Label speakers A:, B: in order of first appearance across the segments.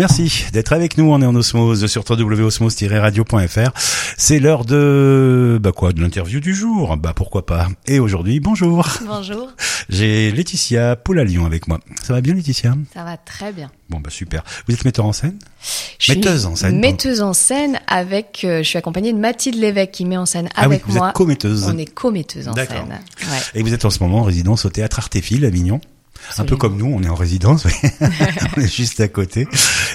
A: Merci d'être avec nous. On est en osmose sur www.osmose-radio.fr. C'est l'heure de, bah quoi, de l'interview du jour. Bah pourquoi pas. Et aujourd'hui, bonjour.
B: Bonjour,
A: J'ai Laetitia Poulalion avec moi. Ça va bien, Laetitia?
B: ça va très bien.
A: Bon, bah super. Vous êtes metteur en scène?
B: Je suis
A: Metteuse en scène, pardon.
B: Metteuse en scène avec. euh, je suis accompagnée de Mathilde Lévesque qui met en scène
A: Ah oui,
B: avec
A: vous
B: moi.
A: êtes co-metteuse.
B: On est co-metteuse en
A: D'accord.
B: scène. Ouais.
A: Et vous êtes en ce moment en résidence au théâtre Artéfil à Avignon. Un peu
B: Absolument.
A: comme nous, on est en résidence, oui. on est juste à côté.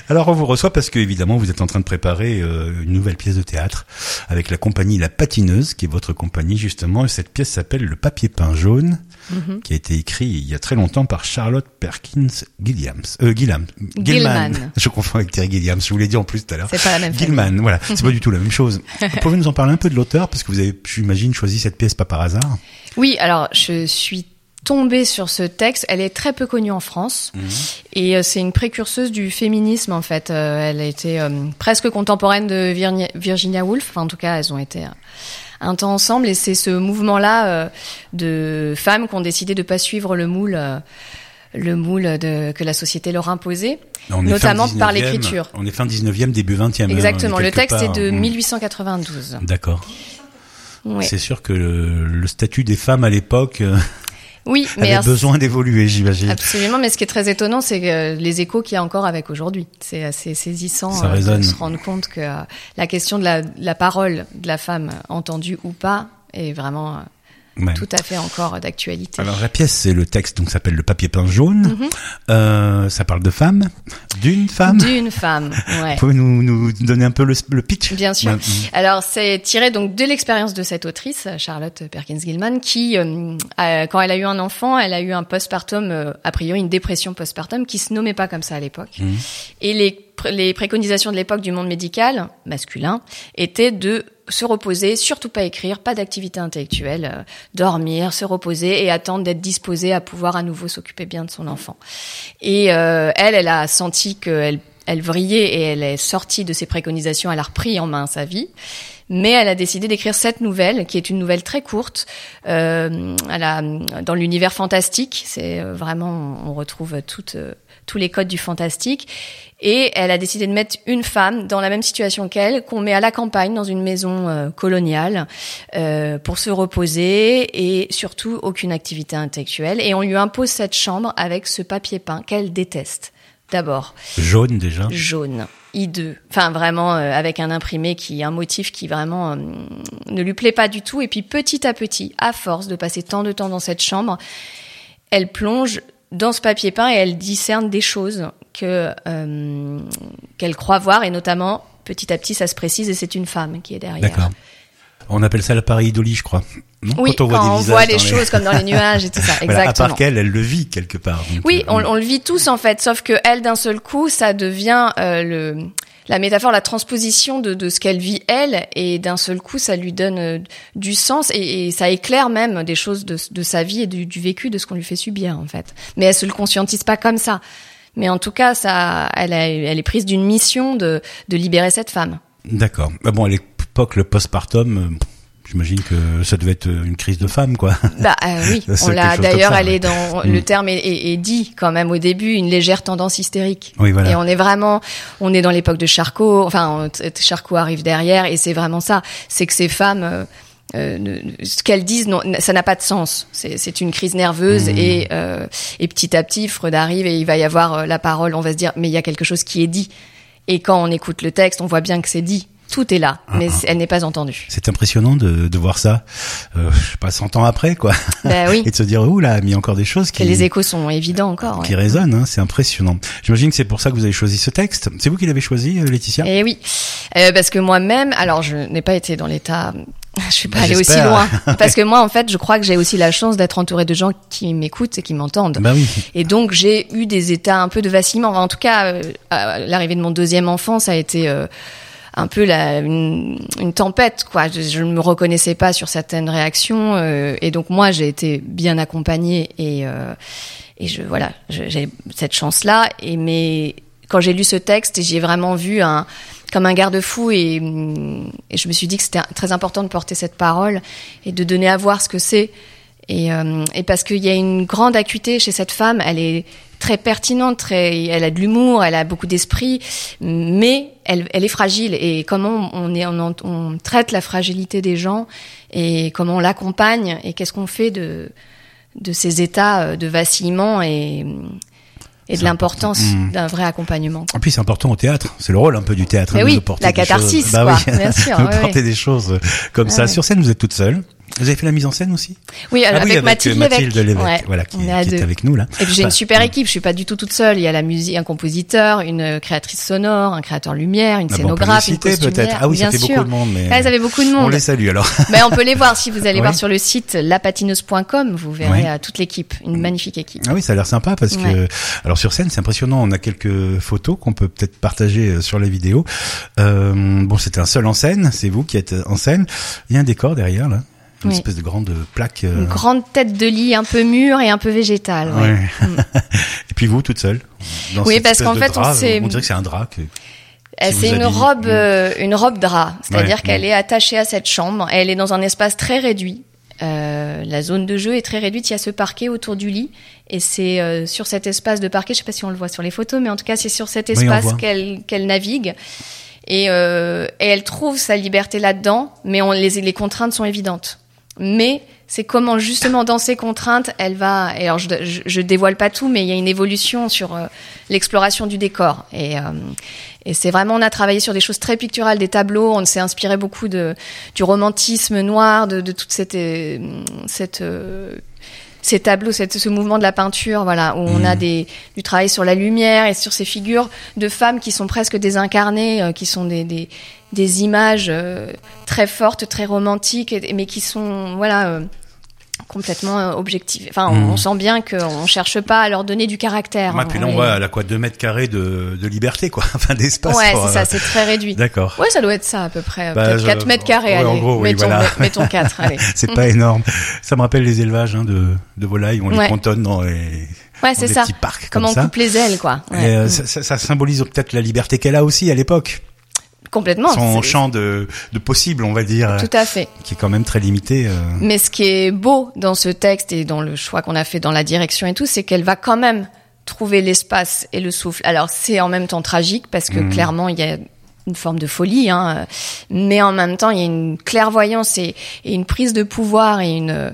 A: Alors on vous reçoit parce que évidemment vous êtes en train de préparer euh, une nouvelle pièce de théâtre avec la compagnie La Patineuse, qui est votre compagnie justement. Et cette pièce s'appelle Le papier peint jaune,
B: Mhm.
A: qui a été écrit il y a très longtemps par Charlotte Perkins Gilliams. Euh, Gilliam,
B: Gilman.
A: Je confonds avec Terry Gilliams. Je vous l'ai dit en plus tout à l'heure.
B: C'est pas la même famille.
A: Gilman, voilà. C'est pas du tout la même chose. Pouvez-vous nous en parler un peu de l'auteur parce que vous avez, j'imagine, choisi cette pièce pas par hasard.
B: Oui, alors je suis tombée sur ce texte. Elle est très peu connue en France et euh, c'est une précurseuse du féminisme en fait. Euh, elle a été euh, presque contemporaine de Virni- Virginia Woolf. Enfin, en tout cas, elles ont été euh, un temps ensemble et c'est ce mouvement-là euh, de femmes qui ont décidé de pas suivre le moule. euh, le moule de, que la société leur imposait.
A: On est
B: Notamment
A: fin 19e,
B: par l'écriture.
A: On est fin 19e, début hein, 20e.
B: Exactement. Le texte est de
A: 1800.
B: 1892.
A: D'accord.
B: Ouais.
A: hein. C'est sûr que le, le statut des femmes à l'époque euh,
B: Oui, mais
A: avait
B: alors,
A: besoin d'évoluer, j'imagine.
B: absolument. Mais ce qui est très étonnant, c'est euh, les échos qu'il y a encore avec aujourd'hui. C'est assez saisissant
A: Ça
B: euh,
A: résonne.
B: de se rendre compte que euh, la question de la, la parole de la femme, euh, entendue ou pas, est vraiment euh,
A: Ouais.
B: tout à fait encore euh, d'actualité.
A: Alors la pièce, c'est le texte, donc s'appelle Le papier peint jaune.
B: Mhm.
A: Euh, ça parle de femmes, d'une femme.
B: D'une femme, ouais.
A: Pouvez-vous nous, nous donner un peu le, le pitch
B: Bien sûr.
A: Ouais.
B: Alors, c'est tiré donc de l'expérience de cette autrice, Charlotte Perkins Gilman, qui, euh, a- quand elle a eu un enfant, elle a eu un postpartum, euh, a priori une dépression postpartum, qui se nommait pas comme ça à l'époque.
A: Mhm.
B: Et les, pr- les préconisations de l'époque du monde médical, masculin, étaient de se reposer, surtout pas écrire, pas d'activité intellectuelle, euh, dormir, se reposer et attendre d'être disposée à pouvoir à nouveau s'occuper bien de son enfant. Et euh, elle, elle a senti qu'elle elle vrillait et elle est sortie de ses préconisations, elle a repris en main sa vie. Mais elle a décidé d'écrire cette nouvelle, qui est une nouvelle très courte, euh, elle a, dans l'univers fantastique. C'est euh, vraiment, on retrouve toutes, euh, tous les codes du fantastique. Et elle a décidé de mettre une femme dans la même situation qu'elle, qu'on met à la campagne, dans une maison euh, coloniale, euh, pour se reposer et surtout aucune activité intellectuelle. Et on lui impose cette chambre avec ce papier peint qu'elle déteste. D'abord,
A: Jaune déjà.
B: jaune, hideux. Enfin, vraiment, euh, avec un imprimé qui, un motif qui vraiment euh, ne lui plaît pas du tout. Et puis, petit à petit, à force de passer tant de temps dans cette chambre, elle plonge dans ce papier peint et elle discerne des choses que euh, qu'elle croit voir. Et notamment, petit à petit, ça se précise et c'est une femme qui est derrière.
A: D'accord. On appelle ça la Paris idolie, je crois. Non
B: Oui,
A: quand on voit, des visages
B: voit
A: dans
B: les, choses comme dans les nuages et tout ça. Exactement.
A: Voilà, à part qu'elle, elle le vit quelque part. donc,
B: Oui,
A: euh,
B: on, on le vit tous en fait, sauf que elle d'un seul coup, ça devient euh, le la métaphore, la transposition de, de ce qu'elle vit elle, et d'un seul coup, ça lui donne euh, du sens et, et ça éclaire même des choses de, de sa vie et du, du vécu, de ce qu'on lui fait subir en fait. Mais elle se le conscientise pas comme ça. Mais en tout cas, ça, elle, a- elle est prise d'une mission de, de libérer cette femme.
A: D'accord. Ah bon, à l'époque, le postpartum, euh, j'imagine que ça devait être euh, une crise de femme, quoi.
B: Bah euh, oui,
A: C'est
B: on l'a
A: quelque chose comme
B: d'ailleurs,
A: ça,
B: elle
A: ouais.
B: est dans
A: Mm.
B: le terme est, est- est dit quand même au début une légère tendance hystérique.
A: Oui, voilà.
B: Et on est vraiment, on est dans l'époque de Charcot. Enfin, on- t- Charcot arrive derrière et c'est vraiment ça. C'est que ces femmes, euh, euh, ne- ce qu'elles disent, non, ça n'a pas de sens. C'est c'est une crise nerveuse
A: Mmh.
B: et, euh, et petit à petit, Freud arrive et il va y avoir euh, la parole. On va se dire, mais il y a quelque chose qui est dit. Et quand on écoute le texte, on voit bien que c'est dit. Tout est
A: Ah,
B: là, mais c'est- elle n'est pas entendue.
A: C'est impressionnant de, de voir ça, euh, je sais pas, 100 ans après, quoi.
B: ben oui.
A: Et de se dire, ouh là, il y a encore des choses qui,
B: Et les échos sont évidents encore.
A: qui
B: ouais.
A: résonnent, hein, c'est impressionnant. J'imagine que c'est pour ça que vous avez choisi ce texte. C'est vous qui l'avez choisi, euh, Laetitia
B: Eh oui, Euh, parce que moi-même, alors je n'ai pas été dans l'état, je suis pas
A: Bah,
B: allée aussi
A: j'espère.
B: loin, parce que moi en fait, je crois que j'ai aussi la chance d'être entourée de gens qui m'écoutent et qui m'entendent.
A: Bah oui.
B: Et donc j'ai eu des états un peu de vacillement. Enfin, en tout cas, euh, à l'arrivée de mon deuxième enfant, ça a été euh, un peu la, une, une tempête, quoi. Je- Je ne me reconnaissais pas sur certaines réactions, euh, et donc moi j'ai été bien accompagnée et euh, et je voilà, je- j'ai cette chance-là. Et mais quand j'ai lu ce texte, j'ai vraiment vu un comme un garde-fou et, hum, et je me suis dit que c'était très important de porter cette parole et de donner à voir ce que c'est Et, euh, et parce qu'il y a une grande acuité chez cette femme, elle est très pertinente, très, elle a de l'humour, elle a beaucoup d'esprit, mais elle, elle est fragile. Et comment on, est, on, en- on traite la fragilité des gens et comment on l'accompagne et qu'est-ce qu'on fait de, de ces états euh, de vacillement et, et de
A: C'est
B: l'importance
A: important. Mmh.
B: d'un vrai accompagnement.
A: En plus, c'est important au théâtre. C'est le rôle un peu du théâtre.
B: Mais
A: hein, de
B: oui,
A: nous porter
B: la
A: des choses.
B: catharsis,
A: Bah
B: quoi.
A: oui.
B: Bien sûr.
A: de
B: ouais, ouais.
A: porter des choses euh, comme
B: Ouais,
A: ça.
B: ouais.
A: Sur scène, vous êtes toute seule. Vous avez fait la mise en scène aussi
B: Oui,
A: Ah
B: alors,
A: oui,
B: avec, Mathilde,
A: euh,
B: Lévesque.
A: Lévesque,
B: Ouais,
A: voilà, qui,
B: on est à
A: qui est
B: deux.
A: avec nous là.
B: Et puis j'ai
A: Enfin,
B: une super équipe, je suis pas du tout toute seule. Il y a la musique, un compositeur, une euh, créatrice sonore, un créateur lumière, une
A: ah bon, on peut les
B: scénographe, une
A: citer,
B: costumière.
A: peut-être. Ah oui,
B: bien
A: ça fait
B: sûr.
A: beaucoup de monde, mais
B: Ah, ça fait beaucoup de
A: on
B: monde.
A: les salue alors.
B: Mais on peut les voir si vous allez
A: Oui.
B: voir sur le site lapatineuse.com, vous verrez
A: Oui.
B: euh, toute l'équipe, une magnifique équipe.
A: Ah oui, ça a l'air sympa parce
B: Ouais.
A: que alors sur scène, c'est impressionnant. On a quelques photos qu'on peut peut-être partager euh, sur la vidéo. Euh, bon, c'est un seul en scène. C'est vous qui êtes en scène. Il y a un décor derrière là, une
B: Oui.
A: espèce de grande plaque. euh,
B: Une grande tête de lit un peu mûre et un peu végétale. ouais.
A: Ouais. Et puis vous toute seule. dans
B: Oui,
A: cette
B: parce
A: espèce
B: qu'en
A: de
B: fait, on
A: drap,
B: s'est-
A: dirait que c'est un drap. que-
B: Euh,
A: vous
B: C'est une
A: habillez.
B: robe,
A: Mm.
B: euh, une robe drap, c'est-à-dire
A: Ouais,
B: qu'elle
A: mm.
B: est attachée à cette chambre. Elle est dans un espace très réduit. Euh, la zone de jeu est très réduite. Il y a ce parquet autour du lit, et c'est euh, sur cet espace de parquet. Je sais pas si on le voit sur les photos, mais en tout cas, c'est sur cet
A: on
B: espace
A: voit.
B: qu'elle qu'elle navigue. Et, euh, et elle trouve sa liberté là-dedans, mais on, les, les contraintes sont évidentes. Mais c'est comment justement dans ces contraintes, elle va. Et alors je, je, je dévoile pas tout, mais il y a une évolution sur euh, l'exploration du décor. Et, euh, et c'est vraiment, on a travaillé sur des choses très picturales, des tableaux. On s'est inspiré beaucoup de du romantisme noir, de, de toute cette euh, cette euh, ces tableaux, cette- ce mouvement de la peinture, voilà, où on a
A: Mhm.
B: des, du travail sur la lumière et sur ces figures de femmes qui sont presque désincarnées, euh, qui sont des, des, des images euh, très fortes, très romantiques, et- mais qui sont, voilà, euh, complètement euh, objectives. Enfin, on,
A: Mhm.
B: on sent bien qu'on ne cherche pas à leur donner du caractère. hein.
A: Ah, puis là, on
B: est-
A: voit à la quoi deux mètres carrés de, de liberté, quoi, enfin d'espace.
B: Ouais,
A: pour,
B: c'est ça,
A: euh,
B: c'est très réduit.
A: D'accord.
B: Ouais, ça doit être ça à peu près.
A: Bah,
B: Peut-être
A: je-
B: 4 mètres carrés,
A: ouais, en
B: allez.
A: gros, oui,
B: mettons,
A: voilà.
B: mettons 4, allez.
A: C'est pas énorme. Ça me rappelle les élevages hein, de, de volailles où on les
B: Ouais.
A: cantonne dans les, dans
B: Ouais, c'est
A: des
B: ça.
A: petits parcs comme
B: Comment on
A: ça.
B: coupe les ailes, quoi. Ouais.
A: Et, euh,
B: Mhm.
A: ça, ça- ça symbolise peut-être la liberté qu'elle a aussi à l'époque,
B: Complètement.
A: son
B: c'est-
A: champ de, de possible, on va dire, euh,
B: Tout à fait.
A: qui est quand même très limité. euh.
B: Mais ce qui est beau dans ce texte et dans le choix qu'on a fait dans la direction et tout, c'est qu'elle va quand même trouver l'espace et le souffle. Alors c'est en même temps tragique parce que
A: Mhm.
B: clairement il y a une forme de folie, hein, euh, mais en même temps il y a une clairvoyance et, et une prise de pouvoir et une euh,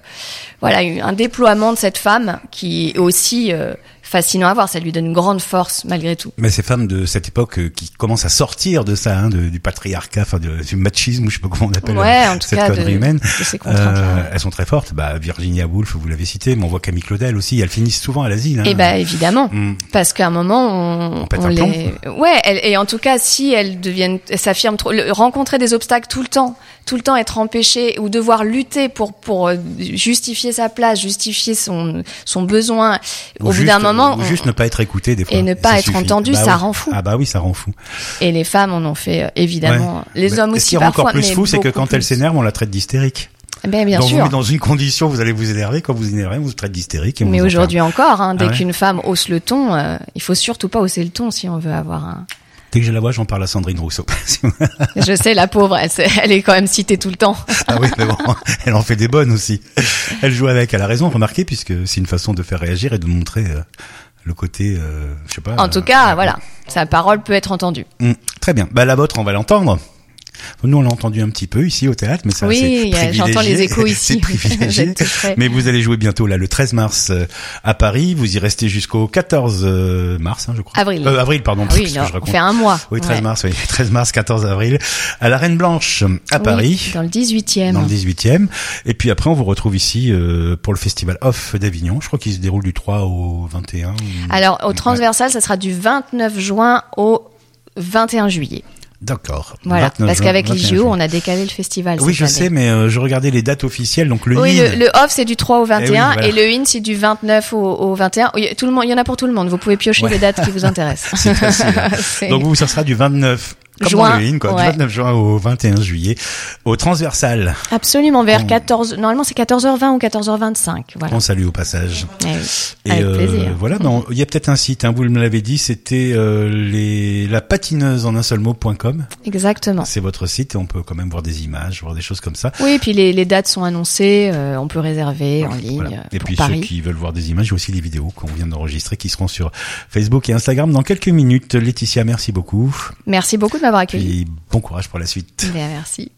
B: voilà une- un déploiement de cette femme qui est aussi euh, fascinant à voir. Ça lui donne une grande force malgré tout.
A: Mais ces femmes de cette époque euh, qui commencent à sortir de ça, hein, de- du patriarcat, enfin de- du machisme, ou je sais pas comment on appelle
B: Ouais,
A: euh,
B: en tout
A: cette
B: cas de,
A: connerie humaine.
B: de ces contraintes.
A: Euh, elles sont très fortes. Bah, Virginia Woolf, vous l'avez cité, mais on voit Camille Claudel aussi. Elles finissent souvent à l'asile. Hein.
B: Et ben évidemment.
A: Mm.
B: Parce qu'à un moment, on,
A: On pète un
B: les, ouais, elles- et en tout cas, si elles deviennent, elles s'affirment trop, le- rencontrer des obstacles tout le temps, tout le temps être empêché ou devoir lutter pour pour euh, justifier sa place, justifier son son besoin.
A: Ou
B: Au bout
A: juste-
B: d'un moment,
A: ou
B: on-
A: juste ne pas être écouté des fois.
B: ne pas
A: ça
B: être entendu,
A: Bah
B: ça
A: oui.
B: rend fou.
A: Ah bah oui, ça rend fou.
B: et les femmes en ont fait euh, évidemment, les
A: Mais
B: hommes
A: Ce
B: aussi
A: qui rend
B: parfois.
A: encore plus
B: mais
A: fou, c'est que
B: beaucoup
A: quand elle
B: plus.
A: s'énerve, on la traite d'hystérique.
B: ben, bien
A: Donc vous
B: sûr.
A: mettez dans une condition, vous allez vous énerver. Quand vous énervez, on vous traite d'hystérique. et on
B: Mais
A: vous enferme.
B: aujourd'hui encore, hein, dès
A: Ah ouais.
B: qu'une femme hausse le ton, euh, il faut surtout pas hausser le ton si on veut avoir un.
A: Dès que je la vois, j'en parle à Sandrine Rousseau.
B: Je sais, la pauvre, elle, s'est- elle est quand même citée tout le temps.
A: ah oui, mais bon, elle en fait des bonnes aussi. Elle joue avec, elle a raison, remarquez, puisque c'est une façon de faire réagir et de montrer euh, le côté, euh, je sais pas.
B: En
A: euh,
B: tout cas, voilà, sa parole peut être entendue.
A: Mm, très bien. Bah la vôtre, on va l'entendre. Nous, on l'a entendu un petit peu ici au théâtre, mais ça,
B: Oui,
A: c'est
B: il y a-
A: privilégié.
B: j'entends les échos ici.
A: C'est privilégié.
B: Vous êtes tout près.
A: mais vous allez jouer bientôt là, le 13 mars euh, à Paris. Vous y restez jusqu'au 14 euh, mars, hein, je crois.
B: Avril.
A: Euh, avril, pardon.
B: Ah oui,
A: qu'est-ce que
B: non,
A: je
B: on
A: raconte
B: fait un mois.
A: Oui, 13
B: Ouais.
A: mars. Oui, 13 mars, 14 avril, à la Reine Blanche à
B: Oui,
A: Paris.
B: dans le 18e.
A: Dans le 18e. Et puis après, on vous retrouve ici euh, pour le festival Off d'Avignon. Je crois qu'il se déroule du 3 au 21. ou-
B: Alors, au transversal, ça sera du 29 juin au 21 juillet.
A: D'accord.
B: Voilà,
A: 29
B: parce
A: juin,
B: qu'avec les
A: 21
B: JO,
A: juin.
B: on a décalé le festival.
A: Oui,
B: cette
A: je
B: année.
A: sais, mais euh, je regardais les dates officielles, donc le
B: Oui, le,
A: Yin.
B: le off c'est du 3 au 21
A: Eh oui, voilà.
B: et le in c'est du 29 au, au 21. Oui, tout le monde, il y en a pour tout le monde. Vous pouvez piocher
A: Ouais.
B: les dates qui vous intéressent.
A: c'est facile.
B: C'est-
A: donc vous, ça sera du 29 comme
B: Juin,
A: dans le Hine, quoi, du
B: ouais.
A: 29 juin au 21 juillet, au Transversal.
B: Absolument, vers
A: On-
B: 14. Normalement, c'est 14h20 ou 14h25. Voilà.
A: On salue au passage.
B: Eh oui. Ah Avec plaisir.
A: voilà, ben, on- il y a peut-être un site, hein, vous me l'avez dit, c'était euh, les la patineuse en un seul mot.com.
B: Exactement.
A: C'est votre site et on peut quand même voir des images, voir des choses comme ça.
B: Oui, et puis les, les dates sont annoncées, euh, on peut réserver en ligne
A: Voilà.
B: euh,
A: Et
B: pour
A: puis
B: Paris.
A: ceux qui veulent voir des images, il y a aussi les vidéos qu'on vient d'enregistrer qui seront sur Facebook et Instagram dans quelques minutes. Laetitia, merci beaucoup.
B: Merci beaucoup de m'avoir accueilli.
A: Puis bon courage pour la suite.
B: Bien, merci.